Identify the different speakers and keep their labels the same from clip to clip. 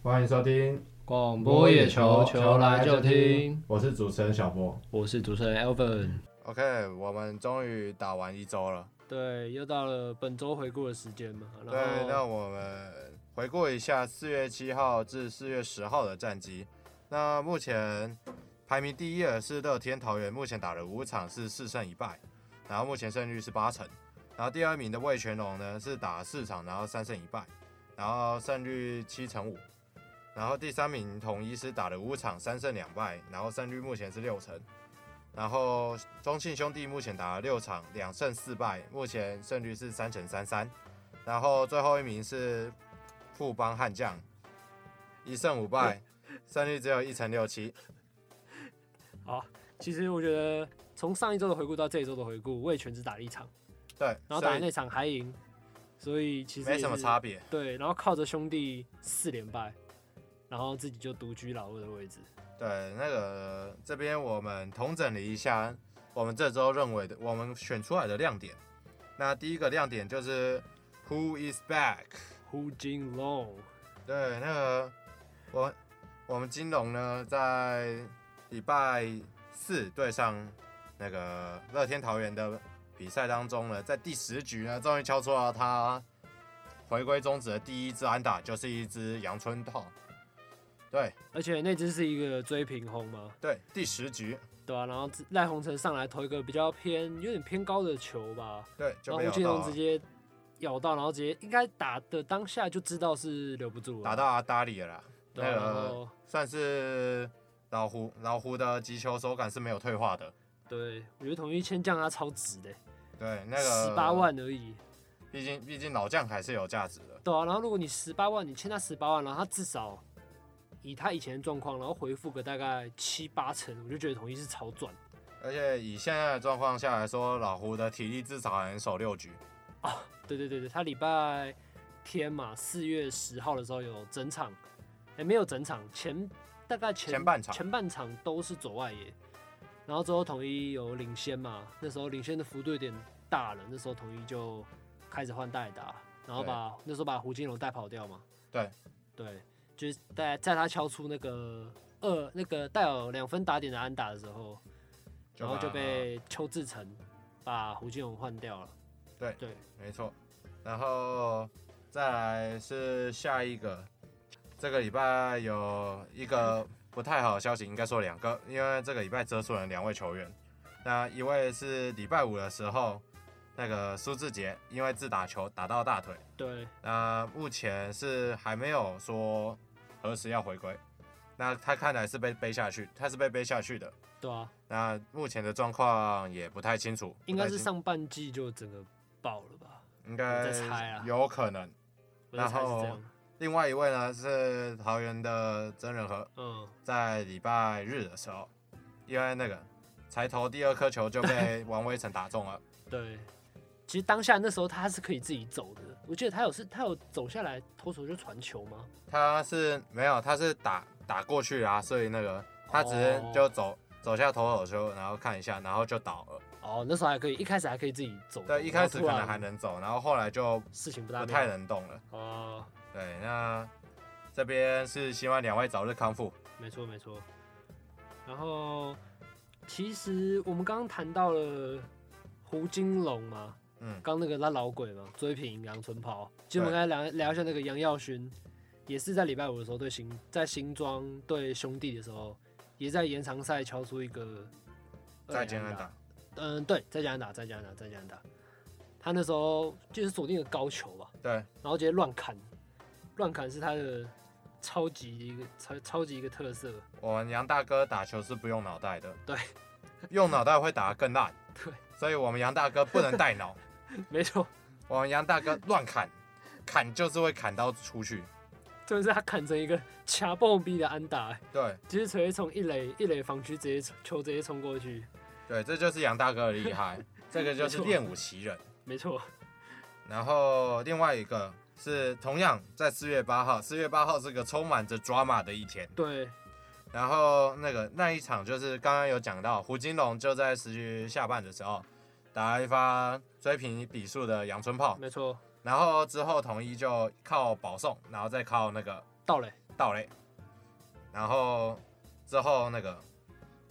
Speaker 1: 欢迎收听，
Speaker 2: 广播野球，球来就听。
Speaker 1: 我是主持人小波。
Speaker 2: 我是主持人 Alvin。
Speaker 1: OK，我们终于打完一周了。
Speaker 2: 对，又到了本周回顾的时间嘛。
Speaker 1: 对，
Speaker 2: 然
Speaker 1: 那
Speaker 2: 后
Speaker 1: 我们回顾一下四月七号至四月十号的战绩。那目前排名第一的是乐天桃园，目前打了五场是四胜一败，然后目前胜率是八成。然后第二名的魏全龙呢是打四场，然后三胜一败，然后胜率七成五。然后第三名统一是打了五场，三胜两败，然后胜率目前是六成。然后中信兄弟目前打了六场，两胜四败，目前胜率是三成三三。然后最后一名是富邦悍将，一胜五败，胜率只有一成六七。
Speaker 2: 其实我觉得从上一周的回顾到这一周的回顾，我也全只打了一场，
Speaker 1: 对，
Speaker 2: 然后打
Speaker 1: 所
Speaker 2: 的
Speaker 1: 以
Speaker 2: 那场还赢，所以其实
Speaker 1: 没什么差
Speaker 2: 别。
Speaker 1: 别。
Speaker 2: 对，然后靠着兄弟四连败，然后自己就独居老二的位置。
Speaker 1: 对，那个这边我们统整了一下，我们这周认为的，我们选出来的亮点。那第一个亮点就是 Who is back？
Speaker 2: 胡金龙，
Speaker 1: 对，那个我我们金融呢，在礼拜四对上那个乐天桃园的比赛当中呢，在第十局呢，终于敲出了他回归中止的第一支安打，就是一支阳春炮。对
Speaker 2: 而且那只是一个追平轰嘛，
Speaker 1: 对，第十局
Speaker 2: 对啊，然后自赖鸿成上来投一个比较偏有点偏高的球吧，
Speaker 1: 对
Speaker 2: 然
Speaker 1: 就
Speaker 2: 后
Speaker 1: 被咬
Speaker 2: 胡金
Speaker 1: 到啊
Speaker 2: 龙
Speaker 1: 了
Speaker 2: 直接咬到，然后直接应该打的当下就知道是留不住了，
Speaker 1: 打到阿达里了啦，
Speaker 2: 对
Speaker 1: 那
Speaker 2: 啊，然
Speaker 1: 个
Speaker 2: 后
Speaker 1: 算是老胡老胡的击球手感是没有退化的。
Speaker 2: 对，我觉得统一签降他超值的，
Speaker 1: 对，那个
Speaker 2: 十八，万而已，
Speaker 1: 毕竟毕竟老将还是有价值的。
Speaker 2: 对啊，然后如果你十八万，你签他十八万，然后他至少以他以前的状况，然后回复个大概七八成，我就觉得统一是超赚。
Speaker 1: 而且以现在的状况下来说，老胡的体力至少还能守六局。
Speaker 2: 对对对对，他礼拜天嘛，四月十号的时候有整场，哎、没有整场，前大概前
Speaker 1: 前半场
Speaker 2: 前半场都是左外野，然后之后统一有领先嘛，那时候领先的幅度有点大了，那时候统一就开始换代打，然后把那时候把胡金龙带跑掉嘛，
Speaker 1: 对
Speaker 2: 对，就是在在他敲出那个二那个带有两分打点的安打的时候，然后
Speaker 1: 把
Speaker 2: 就被邱志成把胡金龙换掉了，
Speaker 1: 对
Speaker 2: 对。
Speaker 1: 没错，然后再来是下一个，这个礼拜有一个不太好的消息，应该说两个，因为这个礼拜折损了两位球员。那一位是礼拜五的时候，那个苏志杰因为自打球打到大腿，
Speaker 2: 对，
Speaker 1: 那目前是还没有说何时要回归。那他看来是被背下去，他是被背下去的。
Speaker 2: 对啊，
Speaker 1: 那目前的状况也不太清楚，
Speaker 2: 应该
Speaker 1: 不
Speaker 2: 是
Speaker 1: 太清
Speaker 2: 上半季就整个爆了吧？
Speaker 1: 应
Speaker 2: 我
Speaker 1: 该
Speaker 2: 在猜啊
Speaker 1: 有可能。
Speaker 2: 我在猜是这
Speaker 1: 然后
Speaker 2: 样。
Speaker 1: 另外一位呢是桃园的真人和，
Speaker 2: 嗯，
Speaker 1: 在礼拜日的时候，因为那个才投第二颗球就被王威成打中 了。
Speaker 2: 对。其实当下那时候他是可以自己走的，我记得他有是他有走下来投手就传球吗？
Speaker 1: 他是没有，他是打打过去啊，所以那个他只是
Speaker 2: 哦
Speaker 1: 就走、走下投手球，然后看一下，然后就倒了。
Speaker 2: 哦，那时候还可以，一开始还可以自己走。
Speaker 1: 对，一
Speaker 2: 然
Speaker 1: 开
Speaker 2: 后
Speaker 1: 始
Speaker 2: 突
Speaker 1: 可
Speaker 2: 然
Speaker 1: 能还能走，然后后来就
Speaker 2: 事情不大
Speaker 1: 不
Speaker 2: 妙
Speaker 1: 太能动了。
Speaker 2: 哦，
Speaker 1: 对，那这边是希望两位早日康复。
Speaker 2: 没错没错。然后其实我们刚刚谈到了胡金龙嘛，
Speaker 1: 嗯
Speaker 2: 刚那个他老鬼嘛，追平杨春炮。其
Speaker 1: 对
Speaker 2: 实我们刚才聊聊一下那个杨耀勋，也是在礼拜五的时候对新在新庄对兄弟的时候，也在延长赛敲出一个
Speaker 1: 再见，安
Speaker 2: 安
Speaker 1: 打。。
Speaker 2: 嗯，对，在加拿大，在加拿大，在加拿大。他那时候就是锁定了高球吧，
Speaker 1: 对，
Speaker 2: 然后直接乱砍，乱砍是他的超级一个超超级一个特色。
Speaker 1: 我们杨大哥打球是不用脑袋的，
Speaker 2: 对，
Speaker 1: 用脑袋会打得更烂，
Speaker 2: 对，
Speaker 1: 所以我们杨大哥不能带 脑，
Speaker 2: 没错，
Speaker 1: 我们杨大哥乱砍，砍就是会砍到出去，
Speaker 2: 真的是他砍成一个 掐蹦逼的安打、欸，
Speaker 1: 对
Speaker 2: 就是直接从一垒一垒防区直接冲球直接冲过去，
Speaker 1: 对，这就是杨大哥的厉 害，这个就是
Speaker 2: 没错
Speaker 1: 练武奇人。
Speaker 2: 没错，
Speaker 1: 然后另外一个是同样在四月八号，四月八号是个充满着 drama 的一天，
Speaker 2: 对
Speaker 1: 然后那个那一场就是刚刚有讲到，胡金龙就在十局下半的时候打了一发追平比数的阳春炮。
Speaker 2: 没错，
Speaker 1: 然后之后统一就靠保送，然后再靠那个
Speaker 2: 到垒，
Speaker 1: 盗垒，然后之后那个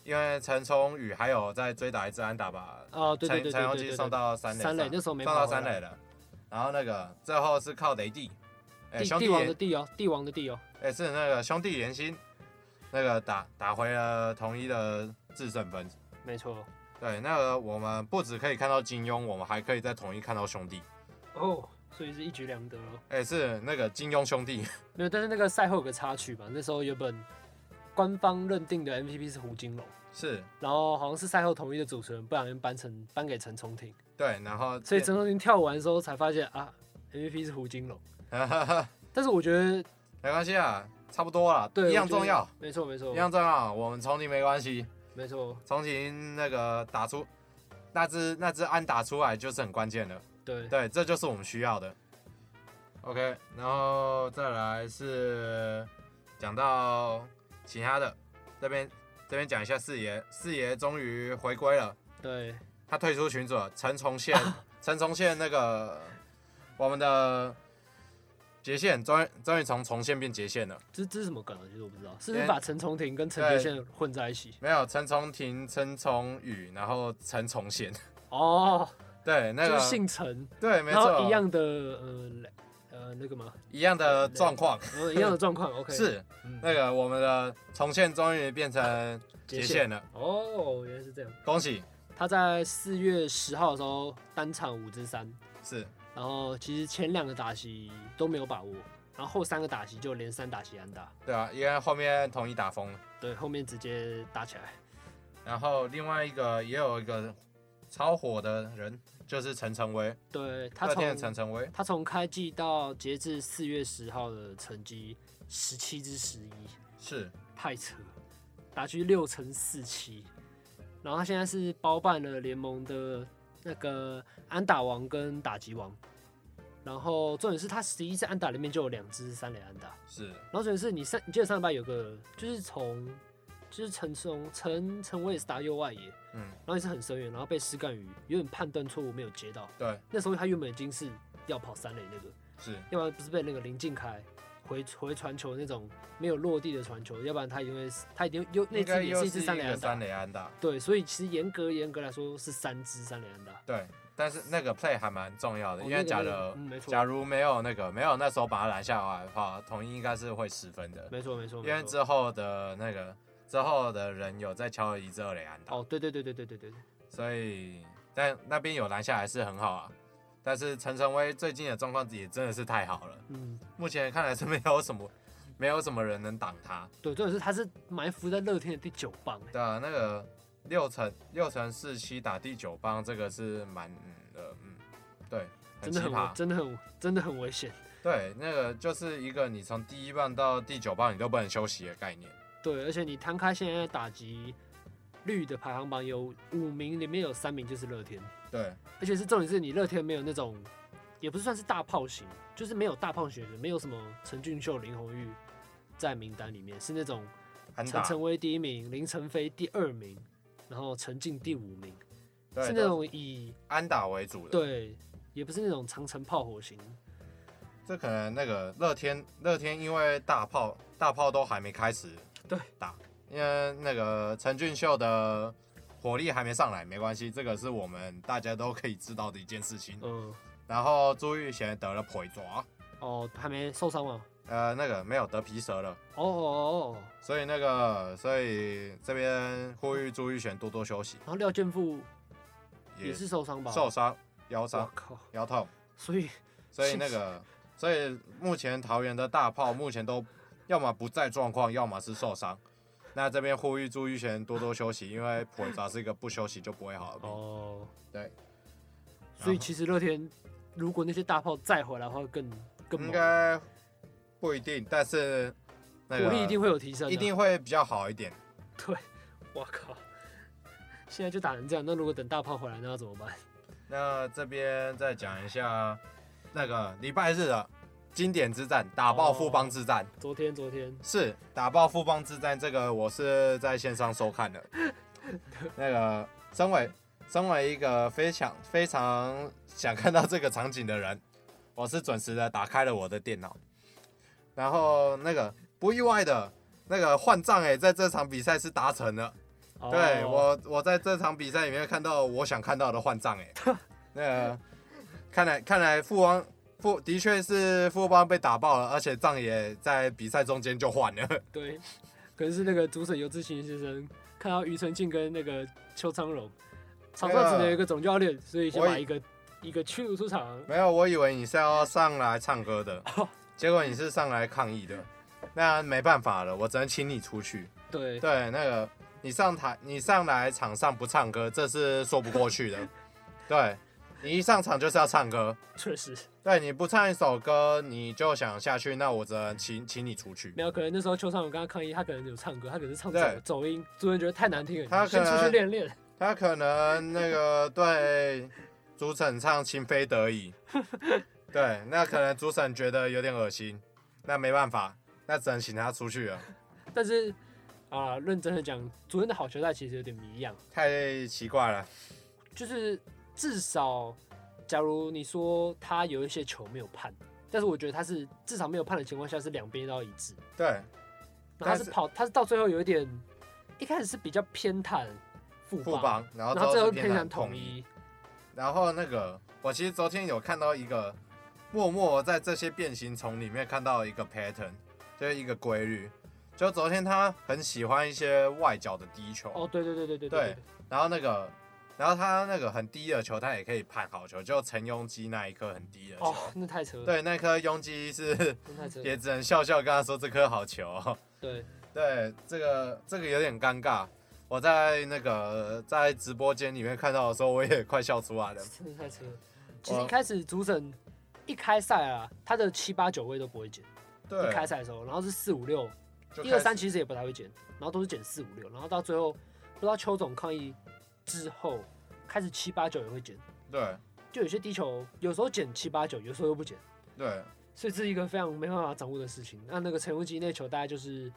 Speaker 1: 因为陈崇宇还有在追打一支安打吧，
Speaker 2: 哦，对对
Speaker 1: 陈
Speaker 2: 对
Speaker 1: 陈
Speaker 2: 对
Speaker 1: 荣
Speaker 2: 对
Speaker 1: 基
Speaker 2: 对，
Speaker 1: 送到三垒上，
Speaker 2: 三垒那时候没
Speaker 1: 送到
Speaker 2: 跑回啊
Speaker 1: 三垒
Speaker 2: 来
Speaker 1: 了，然后那个最后是靠雷帝，哎、
Speaker 2: 帝
Speaker 1: 兄弟
Speaker 2: 帝王的
Speaker 1: 也
Speaker 2: 帝哦，帝王的帝哦，
Speaker 1: 哎、是那个兄弟连心，那个打打回了统一的制胜分。
Speaker 2: 没错。
Speaker 1: 对，那个我们不只可以看到金庸，我们还可以在统一看到兄弟。
Speaker 2: 哦，所以是一举两得哦。
Speaker 1: 哎、是那个金庸兄弟，
Speaker 2: 没有，但是那个赛后有个插曲吧，那时候原本官方认定的 MVP 是胡金龙，
Speaker 1: 是
Speaker 2: 然后好像是赛后统一的主持人不小心颁成颁给陈冲庭，
Speaker 1: 对，然后
Speaker 2: 所 以陈冲庭跳完之后才发现啊，MVP 是胡金龙。
Speaker 1: 没
Speaker 2: 但是我觉得
Speaker 1: 关系啊，差不多了，
Speaker 2: 对
Speaker 1: 一样
Speaker 2: 我觉得
Speaker 1: 重要，
Speaker 2: 没错没错
Speaker 1: 一样重要。我们重庭没关系，
Speaker 2: 没错，
Speaker 1: 重庭那个打出那只那只安打出来就是很关键的，
Speaker 2: 对
Speaker 1: 对，这就是我们需要的。OK，然后再来是讲到其他的，这边这边讲一下四爷，四爷终于回归了。
Speaker 2: 对
Speaker 1: 他退出群组了。陈崇 宪，陈崇宪那个我们的杰线终于终于从重线变杰线了。
Speaker 2: 这这是什么梗啊？其实我不知道，是
Speaker 1: 因
Speaker 2: 不
Speaker 1: 为
Speaker 2: 是把陈冲庭跟陈杰宪混在一起？
Speaker 1: 没有陈崇廷、陈崇宇，然后陈崇宪，
Speaker 2: 哦，
Speaker 1: 对那
Speaker 2: 就
Speaker 1: 个
Speaker 2: 是姓陈，
Speaker 1: 对没
Speaker 2: 然后
Speaker 1: 错
Speaker 2: 一样的呃嘞呃那个嘛，
Speaker 1: 一样的状况
Speaker 2: 呃一样的状况。OK，
Speaker 1: 是
Speaker 2: 嗯
Speaker 1: 那个我们的重线终于变成杰
Speaker 2: 杰
Speaker 1: 线了，
Speaker 2: 哦，原来是这样。
Speaker 1: 恭喜！
Speaker 2: 他在四月十号的时候单场五支三，
Speaker 1: 是
Speaker 2: 然后其实前两个打席都没有把握，然后后三个打席就连三打席安打，
Speaker 1: 对啊，因为后面统一打疯了，
Speaker 2: 对，后面直接打起来。
Speaker 1: 然后另外一个也有一个超火的人，就是陈晨威，
Speaker 2: 对他
Speaker 1: 乐天的陈
Speaker 2: 从
Speaker 1: 晨威，
Speaker 2: 他从开季到截至四月十号的成绩十七支十一，
Speaker 1: 是
Speaker 2: 太扯，打去六乘四七，然后他现在是包办了联盟的那个安打王跟打击王，然后重点是他十一支安打里面就有两支是三垒安打，
Speaker 1: 是
Speaker 2: 然后重点是你上你记得上礼拜有个就是从就是陈松陈陈威也是打右外野，
Speaker 1: 嗯
Speaker 2: 然后也是很深远，然后被施干宇有点判断错误没有接到，
Speaker 1: 对
Speaker 2: 那时候他原本已经是要跑三垒那个，
Speaker 1: 是。
Speaker 2: 要不然不是被那个林敬凯回回传球那种没有落地的传球，要不然他一定会他一定又那
Speaker 1: 应该
Speaker 2: 只也
Speaker 1: 又
Speaker 2: 是
Speaker 1: 是
Speaker 2: 一只三垒
Speaker 1: 个
Speaker 2: 安
Speaker 1: 三
Speaker 2: 打，
Speaker 1: 垒安打，
Speaker 2: 对，所以其实严格严格来说是三支三垒安打。
Speaker 1: 对。但是那个 play 还蛮重要的，
Speaker 2: 哦
Speaker 1: 因
Speaker 2: 那
Speaker 1: 为
Speaker 2: 个
Speaker 1: 假
Speaker 2: 那
Speaker 1: 如、
Speaker 2: 个嗯没错
Speaker 1: 假如没有那个没有那时候把他拦下来的话，统一应该是会失分的，
Speaker 2: 没错没错，
Speaker 1: 因为
Speaker 2: 没错
Speaker 1: 之后的那个之后的人有在敲一支二垒安打，
Speaker 2: 哦对对对对对对对，
Speaker 1: 所以但那边有拦下来是很好啊。但是陈晨威最近的状况也真的是太好了，
Speaker 2: 嗯
Speaker 1: 目前看来是没有什么没有什么人能挡他。
Speaker 2: 对，重点是他是埋伏在乐天的第九棒、欸，
Speaker 1: 对啊，那个六乘六乘四七打第九棒，这个是蛮嗯呃嗯，对，
Speaker 2: 真
Speaker 1: 奇
Speaker 2: 的很危
Speaker 1: 葩。
Speaker 2: 真的很真的很危险。
Speaker 1: 对，那个就是一个你从第一棒到第九棒你都不能休息的概念。
Speaker 2: 对，而且你摊开现在打击率的排行榜有五名，里面有三名就是乐天，
Speaker 1: 对，
Speaker 2: 而且是重点是你乐天没有那种，也不是算是大炮型，就是没有大炮型的，没有什么陈俊秀、林红玉在名单里面，是那种
Speaker 1: 安
Speaker 2: 陈
Speaker 1: 打，
Speaker 2: 晨威第一名，林晨飞第二名，然后陈静第五名，
Speaker 1: 对，
Speaker 2: 是那种以
Speaker 1: 安打为主的。，
Speaker 2: 对，也不是那种长城炮火型，
Speaker 1: 这可能那个乐天乐天因为大炮大炮都还没开始
Speaker 2: 对
Speaker 1: 打，因为那个陈俊秀的火力还没上来，没关系，这个是我们大家都可以知道的一件事情。
Speaker 2: 嗯，
Speaker 1: 然后朱玉贤得了腿爪，
Speaker 2: 哦，还没受伤吗？
Speaker 1: 呃，那个没有得皮蛇了。
Speaker 2: 哦哦哦哦，
Speaker 1: 所以那个，所以这边呼吁朱玉璇多多休息，
Speaker 2: 然后廖健富也
Speaker 1: 也
Speaker 2: 是受伤吧？
Speaker 1: 受伤、腰
Speaker 2: 我
Speaker 1: 伤、
Speaker 2: 靠，
Speaker 1: 腰痛，
Speaker 2: 所以
Speaker 1: 所以那个，所以目前桃园的大炮目前都要么不在状况，要么是受伤。那这边呼吁朱玉璇多多休息，因为普洱扎是一个不休息就不会好的病。
Speaker 2: 哦，
Speaker 1: 嗯对，
Speaker 2: 所
Speaker 1: 然后
Speaker 2: 以其实乐天如果那些大炮再回来的话更，更
Speaker 1: 应
Speaker 2: 猛，
Speaker 1: 该不一定，但是那
Speaker 2: 火力
Speaker 1: 个
Speaker 2: 一定会有提升、
Speaker 1: 一。 定会比较好一点。
Speaker 2: 对，我靠，现在就打成这样，那如果等大炮回来，那要怎么办？
Speaker 1: 那这边再讲一下那个礼拜日的经典之战，打爆富邦之战。
Speaker 2: 昨天昨天
Speaker 1: 是打爆富邦之战，这个我是在线上收看的。 那个，身为身为一个非常非常想看到这个场景的人，我是准时的打开了我的电脑，然后那个不意外的，那个换账哎，在这场比赛是达成了。对
Speaker 2: 哦
Speaker 1: 我，我在这场比赛里面看到我想看到的换账哎， 那个看来看来富邦富的确是富邦被打爆了，而且账也在比赛中间就换了。
Speaker 2: 对，可能是那个主审游志勤先生看到庾澄庆跟那个邱昌荣，场上只能有一个总教练，所以先
Speaker 1: 我
Speaker 2: 把
Speaker 1: 以
Speaker 2: 一个一个驱逐出场。
Speaker 1: 没有，我以为你是要上来唱歌的，结果你是上来抗议的。那没办法了，我只能请你出去。
Speaker 2: 对，
Speaker 1: 对，那个你上台，你上来场上不唱歌，这是说不过去的。对你一上场就是要唱歌，
Speaker 2: 确实，
Speaker 1: 对你不唱一首歌你就想下去，那我只能请请你出去。
Speaker 2: 没有可能那时候邱昌荣跟他抗议，他可能有唱歌，他可能是唱
Speaker 1: 对
Speaker 2: 走走音，主任觉得太难听了，
Speaker 1: 他
Speaker 2: 你先
Speaker 1: 可
Speaker 2: 出去
Speaker 1: 能
Speaker 2: 练练。
Speaker 1: 他可能那个对主审唱《情非得已》，对，那可能主审觉得有点恶心，那没办法，那只能请他出去了。
Speaker 2: 但是啊，认真的讲，主任的好球带其实有点迷样，
Speaker 1: 太奇怪了，
Speaker 2: 就是至少，假如你说他有一些球没有判，但是我觉得他是至少没有判的情况下是两边都要一致。
Speaker 1: 对，
Speaker 2: 然后他
Speaker 1: 但
Speaker 2: 是
Speaker 1: 是
Speaker 2: 跑，他是到最后有一点，一开始是比较偏袒富
Speaker 1: 副
Speaker 2: 邦，
Speaker 1: 帮，然后
Speaker 2: 然
Speaker 1: 之
Speaker 2: 后最
Speaker 1: 后
Speaker 2: 后
Speaker 1: 是
Speaker 2: 偏
Speaker 1: 袒
Speaker 2: 袒统
Speaker 1: 统一。
Speaker 2: 一。
Speaker 1: 然后那个，我其实昨天有看到一个，默默在这些变形虫里面看到一个 pattern，就是一个规律。就昨天他很喜欢一些外角的低球，
Speaker 2: 哦，对对对对对
Speaker 1: 对然后那个，然后他那个很低的球，他也可以判好球，就陈庸基那一颗很低的球，
Speaker 2: 哦，那太扯了，
Speaker 1: 对，那颗庸基是
Speaker 2: 那太扯了。
Speaker 1: 也只能笑笑跟他说这颗好球哦、
Speaker 2: 对，
Speaker 1: 对，这个这个有点尴尬。我在那个在直播间里面看到的时候，我也快笑出来了。
Speaker 2: 真的太扯了。其实一开始主审一开赛啊，他的七八九位都不会减，
Speaker 1: 对，
Speaker 2: 一开赛的时候，然后是四五六，
Speaker 1: 就
Speaker 2: 一
Speaker 1: 开
Speaker 2: 二
Speaker 1: 始
Speaker 2: 三其实也不太会减，然后都是减四五六，然后到最后不知道邱总抗议之后，开始七八九也会减，
Speaker 1: 对
Speaker 2: 就有些低球有时候减七八九，有时候又不减。
Speaker 1: 对
Speaker 2: 所以这是一个非常没办法掌握的事情。那那个陈无极那球大概就是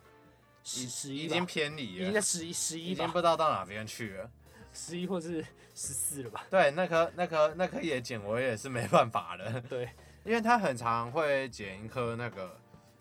Speaker 2: 十
Speaker 1: 已
Speaker 2: 十一
Speaker 1: 已
Speaker 2: 吧
Speaker 1: 经，偏离
Speaker 2: 已
Speaker 1: 了，
Speaker 2: 经在十一十
Speaker 1: 已
Speaker 2: 一
Speaker 1: 经
Speaker 2: 吧
Speaker 1: 不，知道到哪边去了。
Speaker 2: 十一或是十四了吧？
Speaker 1: 对，那颗那颗那颗也捡，我也是没办法了，
Speaker 2: 对，
Speaker 1: 因为他很常会捡一颗那个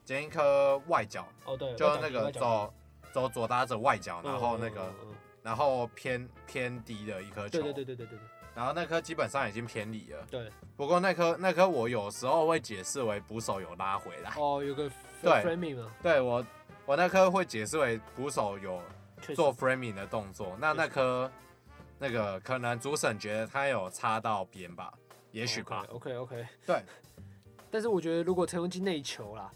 Speaker 1: 捡一颗外角，
Speaker 2: 哦对，
Speaker 1: 就
Speaker 2: 外角
Speaker 1: 那
Speaker 2: 踢
Speaker 1: 个
Speaker 2: 外角
Speaker 1: 走走左搭着外角，
Speaker 2: 踢
Speaker 1: 然后那个、
Speaker 2: 嗯嗯嗯
Speaker 1: 然后偏偏低的一颗
Speaker 2: 嗯
Speaker 1: 球，
Speaker 2: 对对对对对对
Speaker 1: 然后那颗基本上已经偏离了。
Speaker 2: 对对，
Speaker 1: 不过那颗那颗我有时候会解释为捕手有拉回来，
Speaker 2: 哦有个 f-
Speaker 1: 对
Speaker 2: framing 嘛，
Speaker 1: 对我我那颗会解释为捕手有
Speaker 2: 确实
Speaker 1: 做 framing 的动作，那
Speaker 2: 确实
Speaker 1: 那颗那个可能主审觉得他有插到边吧，也许吧。
Speaker 2: OK OK，
Speaker 1: 对
Speaker 2: 但是我觉得如果陈无极那一球啦，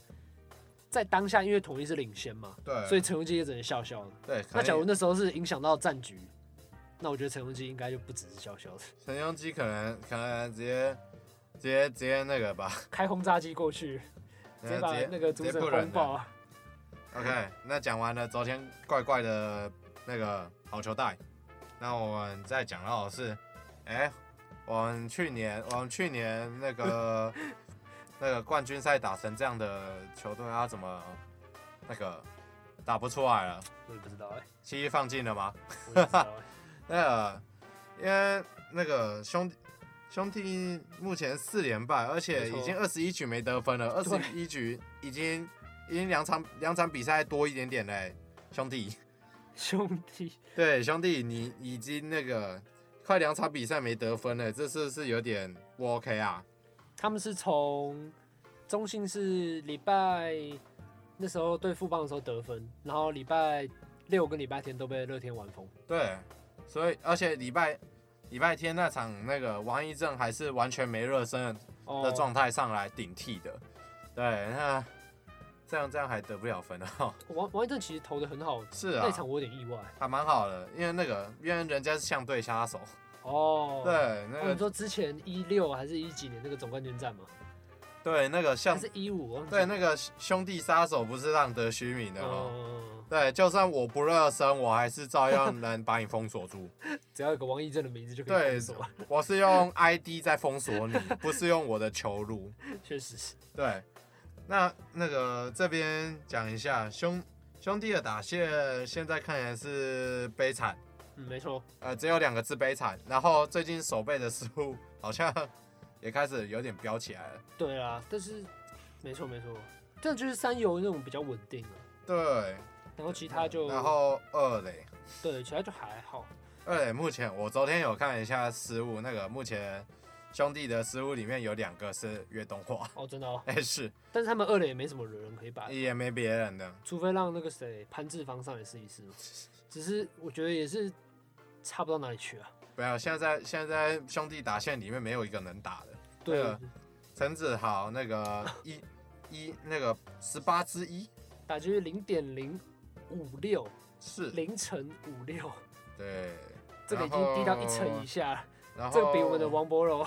Speaker 2: 在当下因为统一是领先嘛，
Speaker 1: 对，哎
Speaker 2: 所以陈无极也只能笑笑的。
Speaker 1: 对，
Speaker 2: 那
Speaker 1: 可
Speaker 2: 假如
Speaker 1: 能
Speaker 2: 那时候是影响到战局，那我觉得陈无极应该就不只是笑笑 的，
Speaker 1: 陈庸基可能可能直接直接直接那个吧，
Speaker 2: 开轰炸机过去，直接
Speaker 1: 嗯
Speaker 2: 把
Speaker 1: 直接
Speaker 2: 那个主
Speaker 1: 直接
Speaker 2: 审
Speaker 1: 不忍
Speaker 2: 轰爆
Speaker 1: 了
Speaker 2: 啊。
Speaker 1: OK，那讲完了昨天怪怪的那个好球带，那我们再讲到的是，哎、我们去年我们去年那个那个冠军赛打成这样的球队，他怎么那个打不出来了？
Speaker 2: 我也不知道 哎、
Speaker 1: 七一放进了吗？
Speaker 2: 我也不知道哎、
Speaker 1: 那个，因为那个兄弟兄弟目前四连败，而且
Speaker 2: 没错
Speaker 1: 已经二十一局没得分了，二
Speaker 2: 对
Speaker 1: 十一局已经已经两场两场比赛多一点点嘞、兄 弟。
Speaker 2: 兄弟，
Speaker 1: 对，兄弟，你已经那个快两场比赛没得分了，这是是有点不 OK 啊。
Speaker 2: 他们是从中信是礼拜那时候对富邦的时候得分，然后礼拜六跟礼拜天都被乐天玩疯，
Speaker 1: 对，所以而且礼拜礼拜天那场那个王一正还是完全没热身的
Speaker 2: 哦，
Speaker 1: 状态上来顶替的。对，那这样这样还得不了分哦。
Speaker 2: 王王一正其实投的很好，
Speaker 1: 是啊
Speaker 2: 那，场我有点意外
Speaker 1: 还蛮好的，因为那个因为人家是相对杀手，
Speaker 2: 哦。
Speaker 1: 对，那
Speaker 2: 哦，你
Speaker 1: 个
Speaker 2: 说之前一六还是一几年那个总冠军战吗？
Speaker 1: 对那个
Speaker 2: 还
Speaker 1: 像
Speaker 2: 是一五？
Speaker 1: 对那个兄弟杀手不是让德须敏的吗？
Speaker 2: 哦，
Speaker 1: 对，就算我不热身，我还是照样能把你封锁 住。
Speaker 2: 只要有个王一正的名字就可以
Speaker 1: 对
Speaker 2: 封锁，
Speaker 1: 我是用 ID 在封锁 你，不是用我的球路。
Speaker 2: 确实是。
Speaker 1: 对，那那个这边讲一下兄兄弟的打线，现在看起来是悲惨，
Speaker 2: 嗯，没错，
Speaker 1: 呃，只有两个字悲惨。然后最近手背的失误好像也开始有点飙起来了。
Speaker 2: 对啊，但是没错没错，这就是三游那种比较稳定了、
Speaker 1: 对，
Speaker 2: 然后其他就
Speaker 1: 然后二垒，
Speaker 2: 对，其他就还好。
Speaker 1: 二垒目前我昨天有看一下失误，那个目前兄弟的失误里面有两个是越冬化，
Speaker 2: 哦，真的哦，
Speaker 1: 哎、是
Speaker 2: 但是他们二垒也没什么人可以摆，
Speaker 1: 也没别人的，
Speaker 2: 除非让那个谁潘志芳上来试一试嘛。只是我觉得也是差不到哪里去啊。
Speaker 1: 没有。现在现在兄弟打线里面没有一个能打的，
Speaker 2: 对，
Speaker 1: 对啊陈子豪那个一一那个十八之一
Speaker 2: 打击率零点零五六，
Speaker 1: 是，
Speaker 2: 凌晨五六，
Speaker 1: 对，
Speaker 2: 这个已经低到一层以下了。
Speaker 1: 然后
Speaker 2: 这个比我们的王博柔，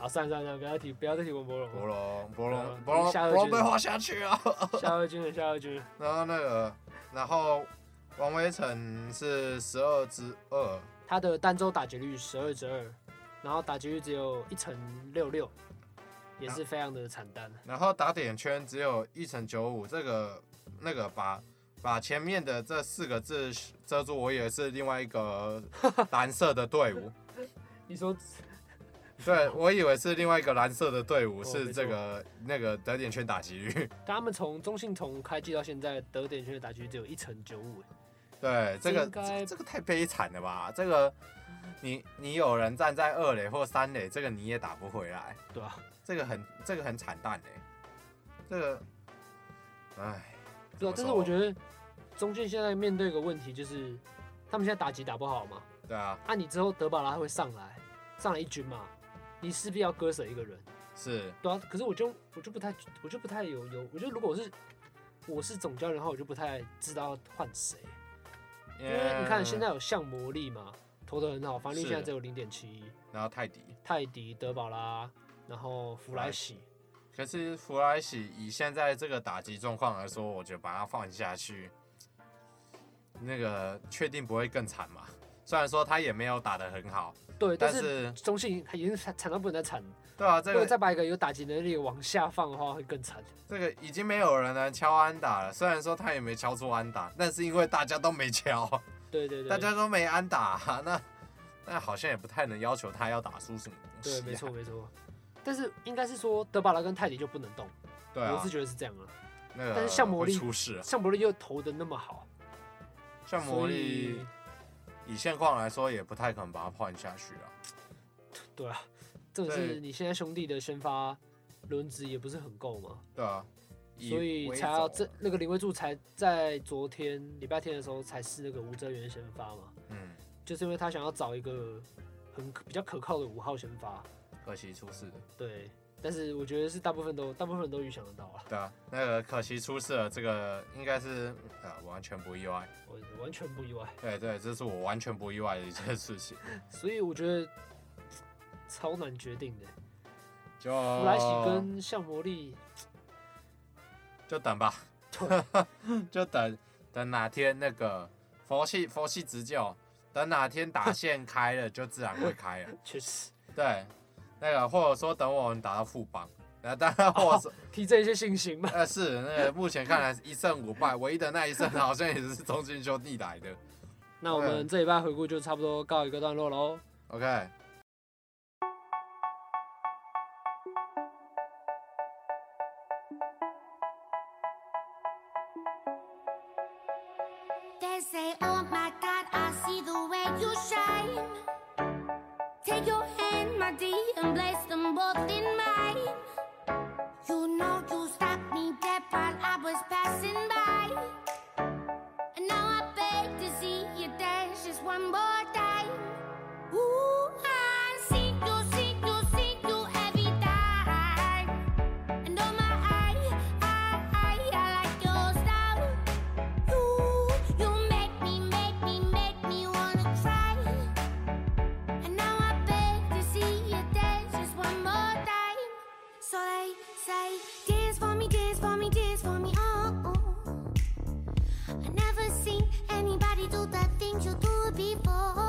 Speaker 2: 啊，算了算了算了，不要提，不要再提王博
Speaker 1: 博
Speaker 2: 柔。
Speaker 1: 龙博龙
Speaker 2: 嗯
Speaker 1: 博龙
Speaker 2: 下颚
Speaker 1: 博龙
Speaker 2: 就
Speaker 1: 被
Speaker 2: 是
Speaker 1: 画下去啊。
Speaker 2: 夏卫军的夏卫军，
Speaker 1: 然后那个，然后王威成是十二之二，
Speaker 2: 他的单周打击率十二之二，然后打击率只有一乘六六，也是非常的惨淡。
Speaker 1: 然后打点圈只有一乘九五，这个那个把把前面的这四个字遮住，我以为是另外一个蓝色的队伍，
Speaker 2: 你说
Speaker 1: 对我以为是另外一个蓝色的队伍
Speaker 2: 哦
Speaker 1: 是
Speaker 2: 没
Speaker 1: 这
Speaker 2: 错
Speaker 1: 个那个得点圈打击率，
Speaker 2: 他们从中信从开季到现在得点圈的打击率只有一乘九五，
Speaker 1: 对这个
Speaker 2: 应该嗯
Speaker 1: 这这个太悲惨了吧，这个你你有人站在二垒或三垒，这个你也打不回来。
Speaker 2: 对啊，
Speaker 1: 这个很这个很惨淡哎、这个，唉，怎
Speaker 2: 对啊。
Speaker 1: 么
Speaker 2: 但是
Speaker 1: 说
Speaker 2: 我觉得中信现在面对一个问题就是，他们现在打击打不好嘛，
Speaker 1: 对啊，
Speaker 2: 啊，你之后德保拉会上来，上来一军嘛，你势必要割舍一个人。
Speaker 1: 是
Speaker 2: 对啊，可是我就我就不太我就不太有有，我觉得如果我是我是总教练的话，我就不太知道要换谁，
Speaker 1: 因
Speaker 2: 因为你看现，在有像魔力嘛，投的很好，防御率
Speaker 1: 是
Speaker 2: 现在只有零点七，
Speaker 1: 然后泰迪，
Speaker 2: 泰迪、德保拉，然后弗莱喜，
Speaker 1: 可是弗莱喜以现在这个打击状况来说，我觉得把他放下去，那个确定不会更惨嘛？虽然说他也没有打得很好，
Speaker 2: 对，但
Speaker 1: 但
Speaker 2: 是
Speaker 1: 是
Speaker 2: 中信已经惨惨到不能再惨，
Speaker 1: 对啊，这
Speaker 2: 如果
Speaker 1: 个
Speaker 2: 再把一个有打击能力往下放的话，会更惨。
Speaker 1: 这个已经没有人能敲安打了。虽然说他也没敲出安打，但是因为大家都没敲，
Speaker 2: 对对对，
Speaker 1: 大家都没安打， 那那好像也不太能要求他要打出什么东西、啊
Speaker 2: 对，没错，没错。但是应该是说德保拉跟泰迪就不能动，
Speaker 1: 对啊，
Speaker 2: 我是觉得是这样啊。
Speaker 1: 那个
Speaker 2: 但是像魔力
Speaker 1: 会出事啊，
Speaker 2: 像魔力又投的那么好，
Speaker 1: 像魔
Speaker 2: 所以
Speaker 1: 力以现况来说也不太可能把它换下去啊。
Speaker 2: 对啊，这个
Speaker 1: 对
Speaker 2: 是你现在兄弟的先发轮值也不是很够嘛，
Speaker 1: 对啊，以
Speaker 2: 所以
Speaker 1: 为
Speaker 2: 才要
Speaker 1: 走啊
Speaker 2: 这那个林威柱才在昨天礼拜天的时候才是那个吴哲源先发嘛，
Speaker 1: 嗯，
Speaker 2: 就是因为他想要找一个很可比较可靠的五号先发，
Speaker 1: 可惜出事了。
Speaker 2: 对，但是我觉得是大部分都大部分人都预想得到了，
Speaker 1: 对啊，那个可惜出事了，这个应该是呃完全不意外。
Speaker 2: 我完全不意外，
Speaker 1: 对对，这是我完全不意外的一件事情。
Speaker 2: 所以我觉得超难决定的，
Speaker 1: 就
Speaker 2: 弗莱喜跟向魔力，
Speaker 1: 就等吧，
Speaker 2: 对
Speaker 1: 就等等哪天那个佛系佛系执教，等哪天打线开了就自然会 开了。啊
Speaker 2: 确实
Speaker 1: 对，那个或者说等我们打到副帮，然后当然或者 说、
Speaker 2: 提振一些信心嘛，
Speaker 1: 呃是那个目前看来是一胜五败，唯一的那一胜好像也是中信兄弟来的。
Speaker 2: 那我们这礼拜回顾就差不多告一个段落喽。
Speaker 1: OK，
Speaker 3: They say, Oh my God, I see the way you shine. Take your hand, my dear, and place them both in mine. You know you stopped me dead while I was passing by, and now I beg to see you dance just one more time. Ooh, I see you, see you, see you every time, and oh my, I, I, I like your style. You, you make me, make me, make me wanna cry. oh. "Oh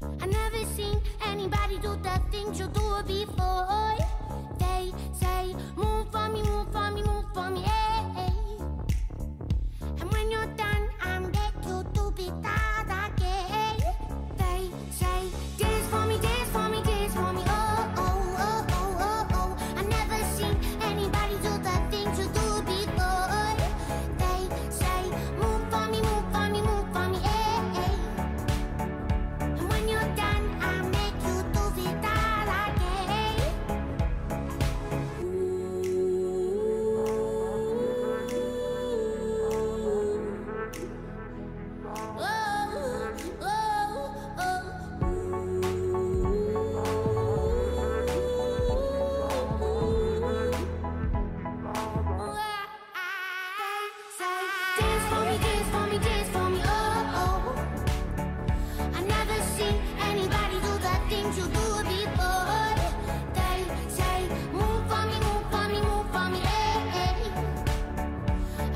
Speaker 3: oh, anybody do the things you do before. They say, move for me, move for me, move for me, hey, hey. And when you're done, I'm get you to be that again. They say, dance for me, dance for me, dance for me. Oh, oh, oh, oh, oh, oh. I never seen anybody do the things you do before. They say, move for me, move for me, move for me, eh, eh. And when you're done, I make you do it that again. Oh, oh, oh, Dance for me, dance for me, dance for me, oh, oh. I never seen anybody do the things you do before. They say, move for me, move for me, move for me, hey,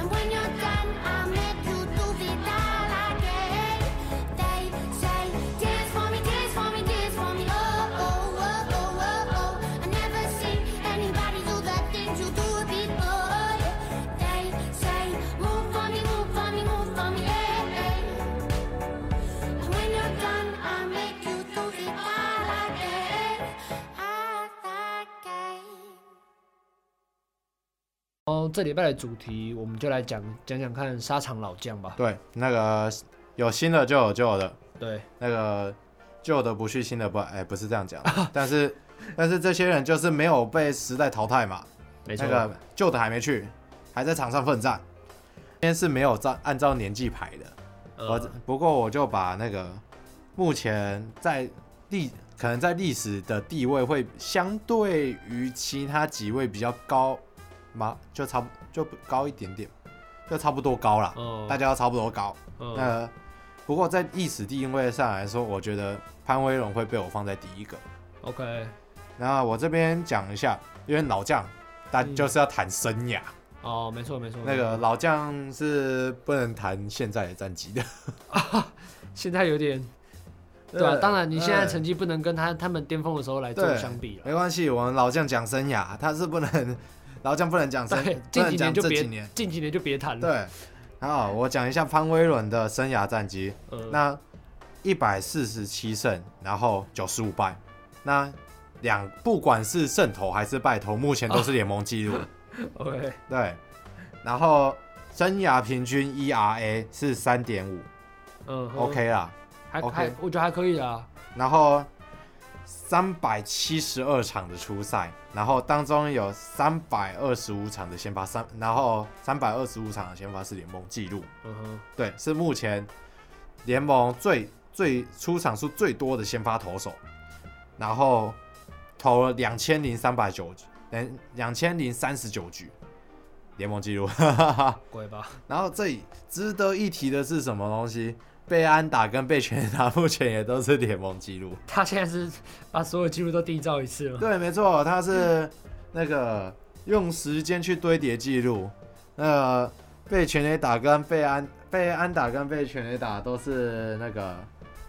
Speaker 3: And when you're done, I'll make you do it all again. They say, dance for me, dance for me, dance for me, oh, oh, oh, oh, oh, oh. I never seen anybody do the things you do before. They say, move for me, move for me, move for me, eh, hey. And when you're done, I'll make you do it all again, all again.
Speaker 2: 然后哦这礼拜的主题，我们就来讲讲讲看沙场老将吧。
Speaker 1: 对，那个有新的就有旧的，
Speaker 2: 对，
Speaker 1: 那个旧的不去，新的不哎、不是这样讲的，但是 但是这些人就是没有被时代淘汰嘛，
Speaker 2: 没错
Speaker 1: 那，个旧的还没去，还在场上奋战。今天是没有照按照年纪排的，我
Speaker 2: 呃，
Speaker 1: 不过我就把那个目前在历可能在历史的地位会相对于其他几位比较高嘛，就差不就高一点点，就差不多高啦，
Speaker 2: 哦
Speaker 1: 大家都差不多高。
Speaker 2: 嗯
Speaker 1: 那不过在历史定位上来说，我觉得潘威龙会被我放在第一个。
Speaker 2: ，OK，
Speaker 1: 那我这边讲一下，因为老将，但
Speaker 2: 嗯
Speaker 1: 就是要谈生涯。
Speaker 2: 哦，没错没错，
Speaker 1: 那
Speaker 2: 没
Speaker 1: 个
Speaker 2: 错
Speaker 1: 老将是不能谈现在的战绩的，
Speaker 2: 现在有点， 对啊，
Speaker 1: 呃
Speaker 2: 当然你现在
Speaker 1: 呃
Speaker 2: 成绩不能跟他他们巅峰的时候来做
Speaker 1: 对
Speaker 2: 相比了，
Speaker 1: 呃没关系，我们老将讲生涯，他是不能 老将不能讲生
Speaker 2: 对，，
Speaker 1: 不
Speaker 2: 近
Speaker 1: 能
Speaker 2: 几
Speaker 1: 讲
Speaker 2: 年就
Speaker 1: 这
Speaker 2: 别
Speaker 1: 几年。
Speaker 2: 近几年就别谈了，
Speaker 1: 对，好，我讲一下潘威伦的生涯战绩，
Speaker 2: 呃，
Speaker 1: 那一百四十七胜，然后九十五败，那两不管是胜投还是败投，目前都是联盟纪录。
Speaker 2: 哦 OK，
Speaker 1: 对，然后生涯平均 ERA 是三点五
Speaker 2: 嗯哼
Speaker 1: ，OK 啦。
Speaker 2: 还
Speaker 1: OK
Speaker 2: 还我觉得还可以啊，
Speaker 1: 然后三百七十二场的初赛，然后当中有三百二十五场的先发三，然后三百二十五场的先发是联盟纪录，
Speaker 2: 嗯哼，
Speaker 1: 对，是目前联盟最最出场数最多的先发投手，然后投了两千零三百九，两两千零三十九局，联盟纪录。
Speaker 2: 鬼吧，
Speaker 1: 然后这里值得一提的是什么东西？被安打跟被全打目前也都是联盟纪录。
Speaker 2: 他现在是把所有记录都缔造一次 了，
Speaker 1: 对，没错，他是那个用时间去堆叠记录。那个被全垒打跟被安被安打跟被全垒打都是那个，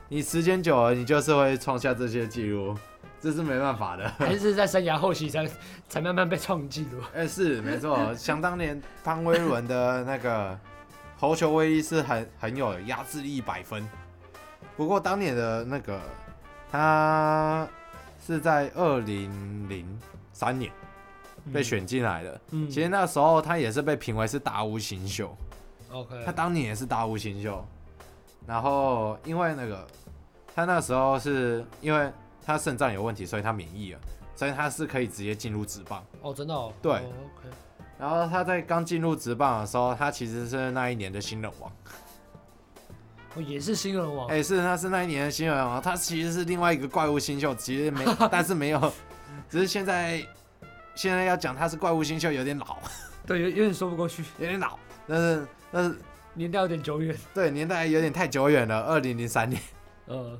Speaker 1: 你时间久了，你就是会创下这些记录，这是没办法的。
Speaker 2: 还是在生涯后期才才慢慢被创纪录，
Speaker 1: 哎、是没 错，想当年潘威伦的那个投球威力是很很有压制力一百分，不过当年的那个他是在二零零三年被
Speaker 2: 嗯
Speaker 1: 选进来的，
Speaker 2: 嗯
Speaker 1: 其实那时候他也是被评为是大屋新秀，
Speaker 2: ，OK，
Speaker 1: 他当年也是大屋新秀，然后因为那个他那时候是因为他肾脏有问题，所以他免疫了，所以他是可以直接进入职棒。
Speaker 2: 哦，真的哦，
Speaker 1: 对
Speaker 2: 哦，OK，
Speaker 1: 然后他在刚进入职棒的时候，他其实是那一年的新人王，
Speaker 2: 哦也是新人王
Speaker 1: 哎、，是他是那一年的新人王，他其实是另外一个怪物新秀，其实没，但是没有， 只是现在现在要讲他是怪物新秀有点老，
Speaker 2: 对，有有点说不过去，
Speaker 1: 有点老，但是但是
Speaker 2: 年代有点久远，
Speaker 1: 对年代有点太久远了，二零零三年，
Speaker 2: 呃，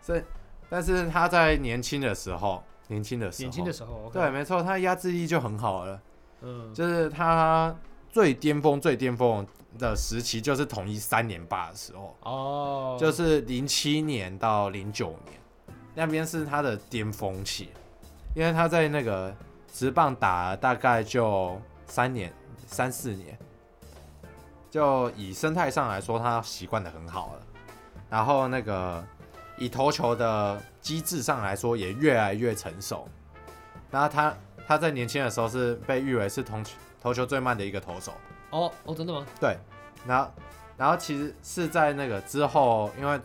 Speaker 1: 所以但是他在年轻的时候，年轻的时候，
Speaker 2: 年轻的时候，
Speaker 1: 对，，没错，他压制力就很好了，
Speaker 2: 嗯，
Speaker 1: 就是他最巅峰最巅峰的时期就是统一三连霸的时候。
Speaker 2: 哦，
Speaker 1: 就是零七年到零九年，那边是他的巅峰期，因为他在那个职棒打了大概就三年、三四年，就以生态上来说，他习惯的很好了。然后那个以投球的机制上来说，也越来越成熟。然后他他在年轻的时候是被誉为是投球投球最慢的一个投手，
Speaker 2: 哦哦，真的吗？
Speaker 1: 对，然后然后其实是在那个之后，因为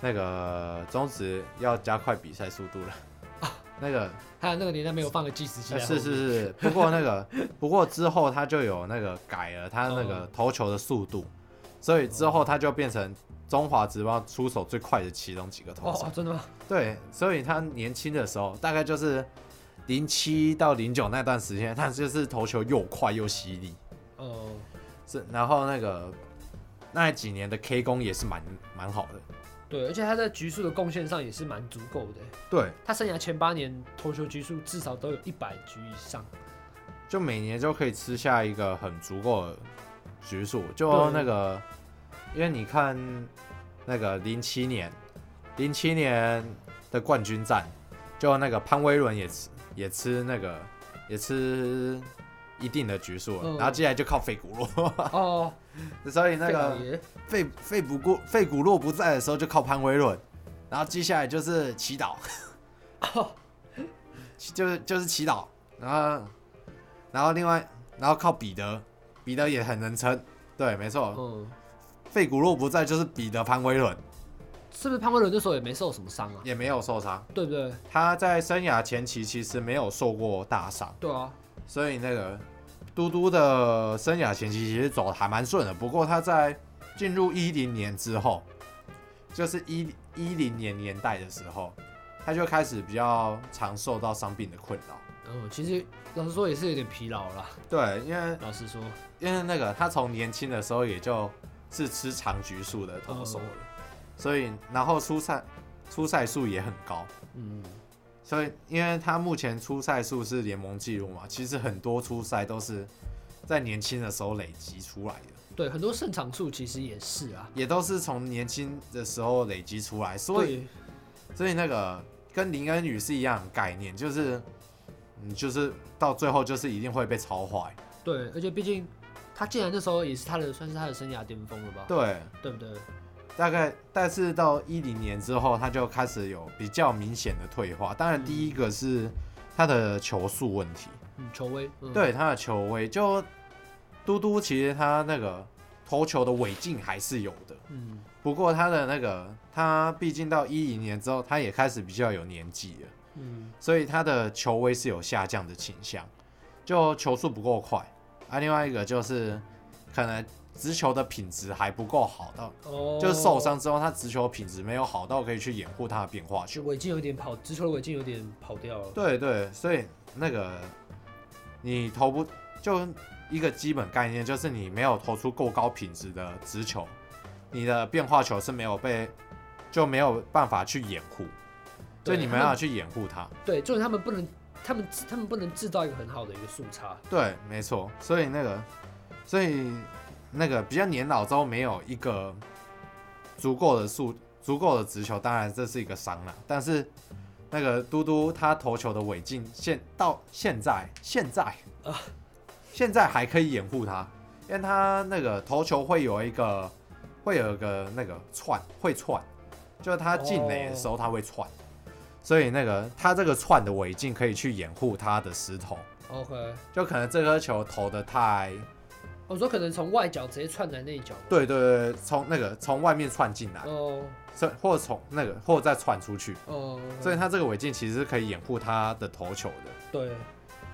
Speaker 1: 那个中职要加快比赛速度了，那个
Speaker 2: 还有那个年代没有放个计时器
Speaker 1: 呃
Speaker 2: 啊在后
Speaker 1: 是
Speaker 2: 面，
Speaker 1: 是是，不过那 个不过之后他就有那个改了他那个
Speaker 2: 哦
Speaker 1: 投球的速度，所以之后他就变成中华职棒出手最快的其中几个投手
Speaker 2: 哦，。真的吗？
Speaker 1: 对，所以他年轻的时候大概就是零七到零九那段时间，他就是投球又快又犀利。
Speaker 2: 哦，
Speaker 1: 是，然后那个那几年的 K 攻也是蛮蛮好的。
Speaker 2: 对，而且他在局数的贡献上也是蛮足够的。
Speaker 1: 对，
Speaker 2: 他生涯前八年投球局数至少都有一百局以 上，
Speaker 1: 就每年就可以吃下一个很足够的局数。就
Speaker 2: 对
Speaker 1: 那个，因为你看那个零七年，零七年的冠军战，就那个潘威伦也吃也吃那个也吃一定的局数了，
Speaker 2: 嗯
Speaker 1: 然后接下来就靠费古洛，
Speaker 2: 哦，
Speaker 1: 所以那
Speaker 2: 费老
Speaker 1: 个
Speaker 2: 爷，
Speaker 1: 费费不过费古洛不在的时候就靠潘威伦，然后接下来就是祈祷， 就是就是祈祷，然后然后另外然后靠彼得，彼得也很能撑，对，没错，
Speaker 2: 嗯，
Speaker 1: 费、古洛不在就是彼得潘威伦
Speaker 2: 是不是潘威伦那时候也没受什么伤啊？
Speaker 1: 也没有受伤，
Speaker 2: 对不对？
Speaker 1: 他在生涯前期其实没有受过大伤，
Speaker 2: 对啊，
Speaker 1: 所以那个嘟嘟的生涯前期其实走得还蛮顺的，不过他在进入一零年之后，就是一一零年年代的时候，他就开始比较常受到伤病的困扰。
Speaker 2: 嗯，其实老实说也是有点疲劳啦。
Speaker 1: 对，因为
Speaker 2: 老实说，
Speaker 1: 因为那个他从年轻的时候也就是吃长局数的投手了，所以然后出赛出赛数也很高，
Speaker 2: 嗯，
Speaker 1: 所以，因为他目前出赛数是联盟纪录嘛，其实很多出赛都是在年轻的时候累积出来的，
Speaker 2: 对，很多胜场数其实也是啊。
Speaker 1: 也都是从年轻的时候累积出来。所以，
Speaker 2: 对，
Speaker 1: 所以那个跟林恩宇是一样的概念，就是嗯，就是到最后就是一定会被超坏。
Speaker 2: 对，而且毕竟他竟然那时候也是他的，算是他的生涯巅峰了吧？
Speaker 1: 对，
Speaker 2: 对不对？
Speaker 1: 大概，但是到一零年之后，他就开始有比较明显的退化。当然，第一个是他的球速问题。
Speaker 2: 嗯，球威，嗯、，
Speaker 1: 对他的球威，就嘟嘟其实他那个投球的尾劲还是有的，
Speaker 2: 嗯，
Speaker 1: 不过他的那个他毕竟到一零年之后，他也开始比较有年纪了，
Speaker 2: 嗯，
Speaker 1: 所以他的球威是有下降的倾向，就球速不够快啊。另外一个就是可能直球的品质还不够好到，
Speaker 2: 哦，
Speaker 1: 就是受，伤之后他直球的品质没有好到可以去掩护他的变化球。
Speaker 2: 尾劲有点跑，直球的尾劲有点跑掉了。
Speaker 1: 对对，所以那个你投不就一个基本概念，就是你没有投出够高品质的直球，你的变化球是没有被就没有办法去掩护，就
Speaker 2: 对
Speaker 1: 你没办法去掩护它。
Speaker 2: 对，就是他们不能，他们他们不能制造一个很好的一个速差。
Speaker 1: 对，没错，所以那个所以那个比较年老之后没有一个足够的速足够的直球，当然这是一个伤了，但是。那个嘟嘟他投球的尾劲，现到现在现在现在还可以掩护他，因为他那个投球会有一个会有一个那个窜会窜，就是他进垒的时候他会窜，所以那个他这个窜的尾劲可以去掩护他的石头，
Speaker 2: OK，
Speaker 1: 就可能这颗球投的太
Speaker 2: 我说可能从外角直接窜来内角。，
Speaker 1: 对对对，从那个从外面窜进来，
Speaker 2: 哦
Speaker 1: 所以或者从那个或者再窜出去，
Speaker 2: 哦，
Speaker 1: 所以他这个尾劲其实是可以掩护他的投球的。
Speaker 2: 对，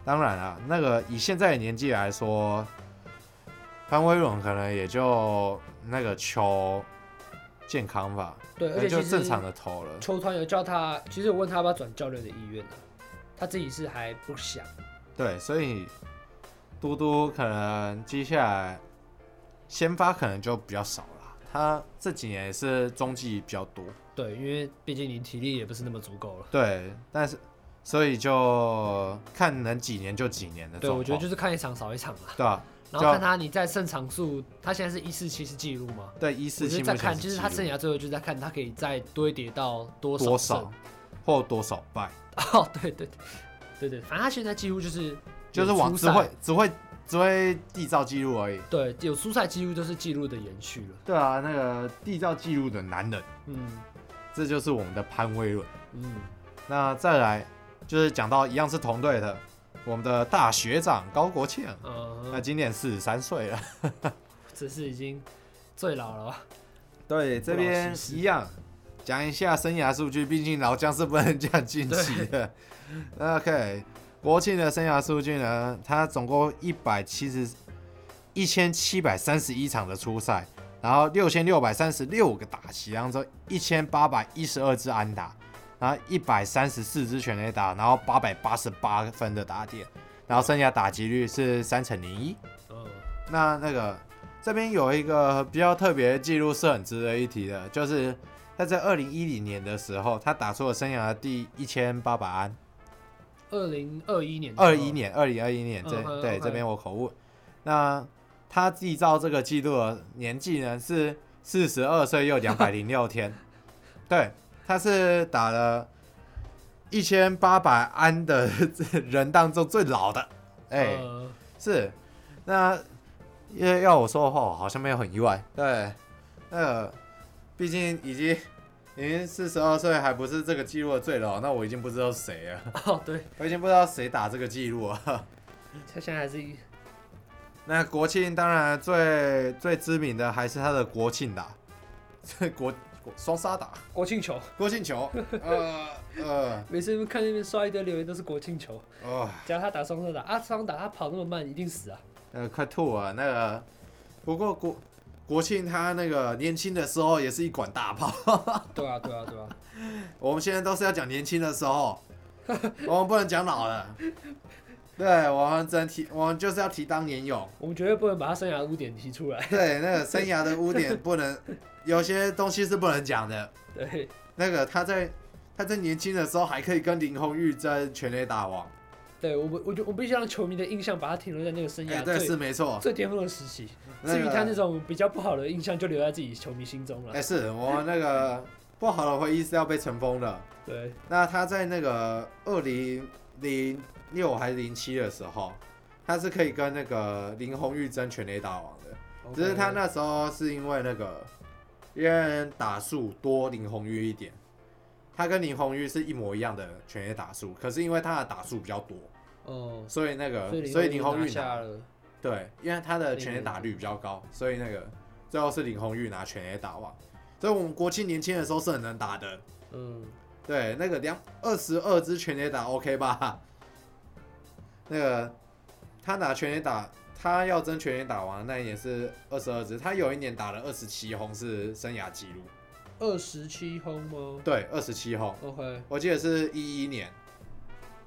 Speaker 1: 当然啊，那个以现在的年纪来说，潘威伦可能也就那个球健康吧，
Speaker 2: 对
Speaker 1: 可
Speaker 2: 而
Speaker 1: 能
Speaker 2: 且
Speaker 1: 就
Speaker 2: 其实
Speaker 1: 正常的投了。
Speaker 2: 球团有叫他，其实我问他要不要转教练的意愿啊，他自己是还不想。
Speaker 1: 对，所以嘟嘟可能接下来先发可能就比较少了，他这几年也是中继比较多，
Speaker 2: 对，因为毕竟你体力也不是那么足够了。
Speaker 1: 对，但是所以就看能几年就几年的
Speaker 2: 对，
Speaker 1: 状况，
Speaker 2: 我觉得就是看一场少一场啦。
Speaker 1: 对啊，
Speaker 2: 然
Speaker 1: 就
Speaker 2: 后看他你在胜场数，他现在是一四七是记录吗？
Speaker 1: 对一
Speaker 2: 我
Speaker 1: 四
Speaker 2: 就
Speaker 1: 七
Speaker 2: 在
Speaker 1: 目
Speaker 2: 看，
Speaker 1: 前
Speaker 2: 就是他生
Speaker 1: 记录
Speaker 2: 涯最后就是在看他可以再堆叠到多
Speaker 1: 多
Speaker 2: 胜
Speaker 1: 少，或多少败，
Speaker 2: 哦，对对对对对，反正他现在几乎就是
Speaker 1: 就是
Speaker 2: 有
Speaker 1: 往
Speaker 2: 出
Speaker 1: 只
Speaker 2: 赛
Speaker 1: 会只会只会缔造记录而已。
Speaker 2: 对有出赛几乎就是记录的延续了。
Speaker 1: 对啊，那个缔造记录的男人，
Speaker 2: 嗯
Speaker 1: 这就是我们的潘威伦。
Speaker 2: 嗯，
Speaker 1: 那再来就是讲到一样是同队的，我们的大学长高国庆，那
Speaker 2: 呃，
Speaker 1: 今年四十三岁了。
Speaker 2: 这是已经最老了吧？
Speaker 1: 对，这边
Speaker 2: 老西施
Speaker 1: 一样讲一下生涯数据，毕竟老将是不能讲近期的。OK，国庆的生涯数据呢，他总共一百七十一千七百三十一场的出赛，然后六千六百三十六个打席当中，一千八百一十二支安打，然后一百三十四支全垒打，然后八百八十八分的打点，然后生涯打击率是三乘零一。
Speaker 2: 嗯，
Speaker 1: 那那个这边有一个比较特别的记录是很值得一提的，就是他在二零一零年的时候，他打出了生涯的第一千八百安，
Speaker 2: 二零二一年，
Speaker 1: 二一，年，二零哎二一年这、
Speaker 2: 嗯嗯
Speaker 1: 对
Speaker 2: OK
Speaker 1: 这边我口误。那他缔造这个记录的年纪呢是四十二岁又两百零六天， 对，他是打了一千八百安的人当中最老的，哎、
Speaker 2: 呃
Speaker 1: 是，那要要我说的话，我好像没有很意外。对，那个毕竟已经已经四十二岁，还不是这个记录的最老，那我已经不知道是谁了，
Speaker 2: 哦对，
Speaker 1: 我已经不知道谁打这个记录了。
Speaker 2: 他现在还是一
Speaker 1: 那国庆当然最最知名的还是他的国庆打，这国国双杀打
Speaker 2: 国庆球，
Speaker 1: 国庆球，呃呃
Speaker 2: 每次看那边刷一堆留言都是国庆球，
Speaker 1: 哦，
Speaker 2: 只要他打双色打啊，双打他跑那么慢，一定死啊。
Speaker 1: 那个快吐了。那个不过国国庆他那个年轻的时候也是一管大炮。
Speaker 2: 对啊，对啊，对啊，
Speaker 1: 我们现在都是要讲年轻的时候，我们不能讲老了。对，我们只能提，我们就是要提当年勇。
Speaker 2: 我们绝对不能把他生涯污点提出 来。
Speaker 1: 对，那个生涯的污点不能，有些东西是不能讲的。
Speaker 2: 对，
Speaker 1: 那个他在他在年轻的时候还可以跟林鸿玉争全垒打王，
Speaker 2: 对我们，我觉得我必须让球迷的印象把他停留在那个生
Speaker 1: 哎、
Speaker 2: 涯
Speaker 1: 对，是
Speaker 2: 最
Speaker 1: 没错。
Speaker 2: 最巅峰的时期。
Speaker 1: 那
Speaker 2: 至
Speaker 1: 个
Speaker 2: 于他那种比较不好的印象，就留在自己球迷心中
Speaker 1: 哎、
Speaker 2: 了。
Speaker 1: 是我们那个不好的回忆是要被尘封的。
Speaker 2: 对，
Speaker 1: 那他在那个二零零六还是零七的时候，他是可以跟那个林鸿玉争全垒打王的。只是他
Speaker 2: OK
Speaker 1: 那时候是因为那个，因为打数多林红玉一点，他跟林红玉是一模一样的全垒打数，可是因为他的打数比较多，
Speaker 2: 哦，
Speaker 1: 所以那个
Speaker 2: 所以
Speaker 1: 所以
Speaker 2: 林
Speaker 1: 林
Speaker 2: 鸿
Speaker 1: 红
Speaker 2: 宇拿
Speaker 1: 玉
Speaker 2: 下
Speaker 1: 拿
Speaker 2: 了。
Speaker 1: 对，因为他的全垒打率比较高，所以那个最后是林红玉拿全垒打王，所以我们国庆年轻的时候是很能打的，
Speaker 2: 嗯，
Speaker 1: 对，那个两二十二支全垒打 OK 吧？ 那个他拿全垒打，他要争全垒打王那一年是二十二支，他有一年打了二十七轰是生涯纪录，
Speaker 2: 二十七轰吗
Speaker 1: 对，二十七轰，
Speaker 2: ？OK，
Speaker 1: 我记得是一一年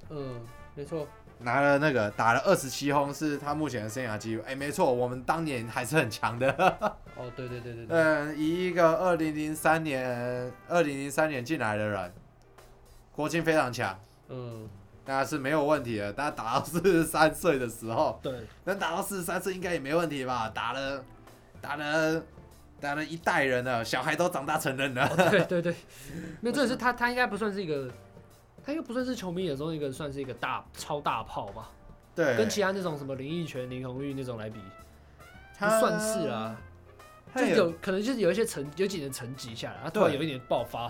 Speaker 2: 嗯，没错。
Speaker 1: 拿了那个打了二十七轰是他目前的生涯纪录，哎，没错，我们当年还是很强的，
Speaker 2: 哦，对对对对对，
Speaker 1: 嗯，以一个二零零三年二零零三年进来的人，国庆非常强。
Speaker 2: 嗯，
Speaker 1: 那是没有问题的。他打到四十三岁的时候，
Speaker 2: 对，
Speaker 1: 能打到四十三岁应该也没问题吧？打了，打了，打了一代人了，小孩都长大成人了。
Speaker 2: 对对对，没有，这也是他，他应该不算是一个，他应该不算是球迷眼中一个算是一个大超大炮吧，
Speaker 1: 对，
Speaker 2: 跟其他那种什么林奕泉、林红玉那种来比，不
Speaker 1: 他
Speaker 2: 算是啊，
Speaker 1: 他
Speaker 2: 就
Speaker 1: 也
Speaker 2: 有可能就是有一些成有几年沉寂下来，他突然
Speaker 1: 对
Speaker 2: 有一年爆发，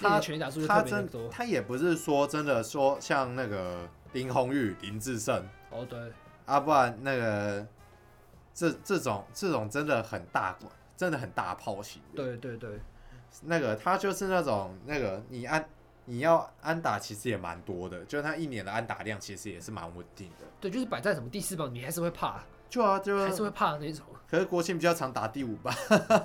Speaker 1: 他
Speaker 2: 那年全垒打数就
Speaker 1: 他
Speaker 2: 特别的
Speaker 1: 真
Speaker 2: 多。
Speaker 1: 他也不是说真的说像那个林红玉、林志胜
Speaker 2: 哦，对，
Speaker 1: 啊，不然那个这这种这种真的很大管，真的很大炮型的。
Speaker 2: 对对对，
Speaker 1: 那个他就是那种那个你安你要安打其实也蛮多的，就是他一年的安打量其实也是蛮稳定的。
Speaker 2: 对，就是摆在什么第四棒，你还是会怕，
Speaker 1: 就啊，就
Speaker 2: 还是会怕的 那种。
Speaker 1: 可是国庆比较常打第五棒，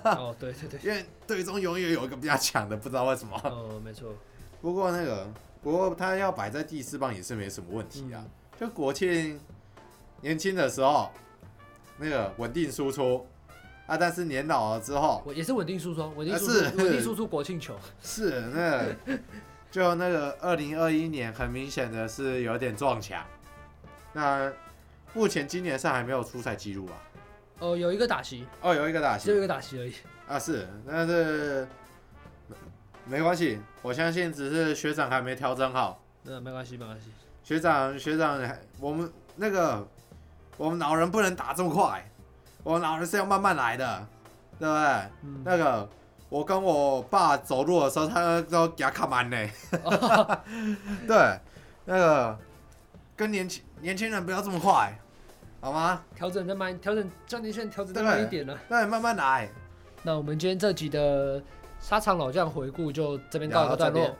Speaker 2: 哦，对对对，
Speaker 1: 因为队中永远有一个比较强的，不知道为什么。
Speaker 2: 哦，没错，
Speaker 1: 不过那个，不过他要摆在第四棒也是没什么问题啊。就国庆年轻的时候，那个稳定输出啊，但是年老了之后，
Speaker 2: 我也是稳定输出，哦稳定
Speaker 1: 啊
Speaker 2: 输出，
Speaker 1: 是
Speaker 2: 稳定输出国庆球。
Speaker 1: 是那个就那个二零二一年，很明显的是有点撞墙。那目前今年是还没有出赛记录啊。
Speaker 2: 哦，有一个打席，
Speaker 1: 哦，有一个打击
Speaker 2: 只有一个打席而已。
Speaker 1: 啊，是，但是没关系，我相信只是学长还没调整好。
Speaker 2: 那没关系，没关系。
Speaker 1: 学长，学长，我们那个我们老人不能打这么快，我们老人是要慢慢来的，对不对？
Speaker 2: 嗯，
Speaker 1: 那个我跟我爸走路的时候，他都给他看满呢。 对，那个跟年轻年轻人不要这么快，好吗？
Speaker 2: 调整再慢，调整叫年轻人调整再慢一点了。
Speaker 1: 对，慢慢来。
Speaker 2: 那我们今天这集的沙场老将回顾就这边告一个段
Speaker 1: 聊到
Speaker 2: 落
Speaker 1: 这。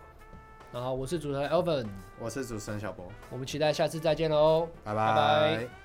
Speaker 2: 然后我是主持人 Elvin，
Speaker 1: 我是主持人小博，
Speaker 2: 我们期待下次再见喽。
Speaker 1: 拜
Speaker 2: 拜拜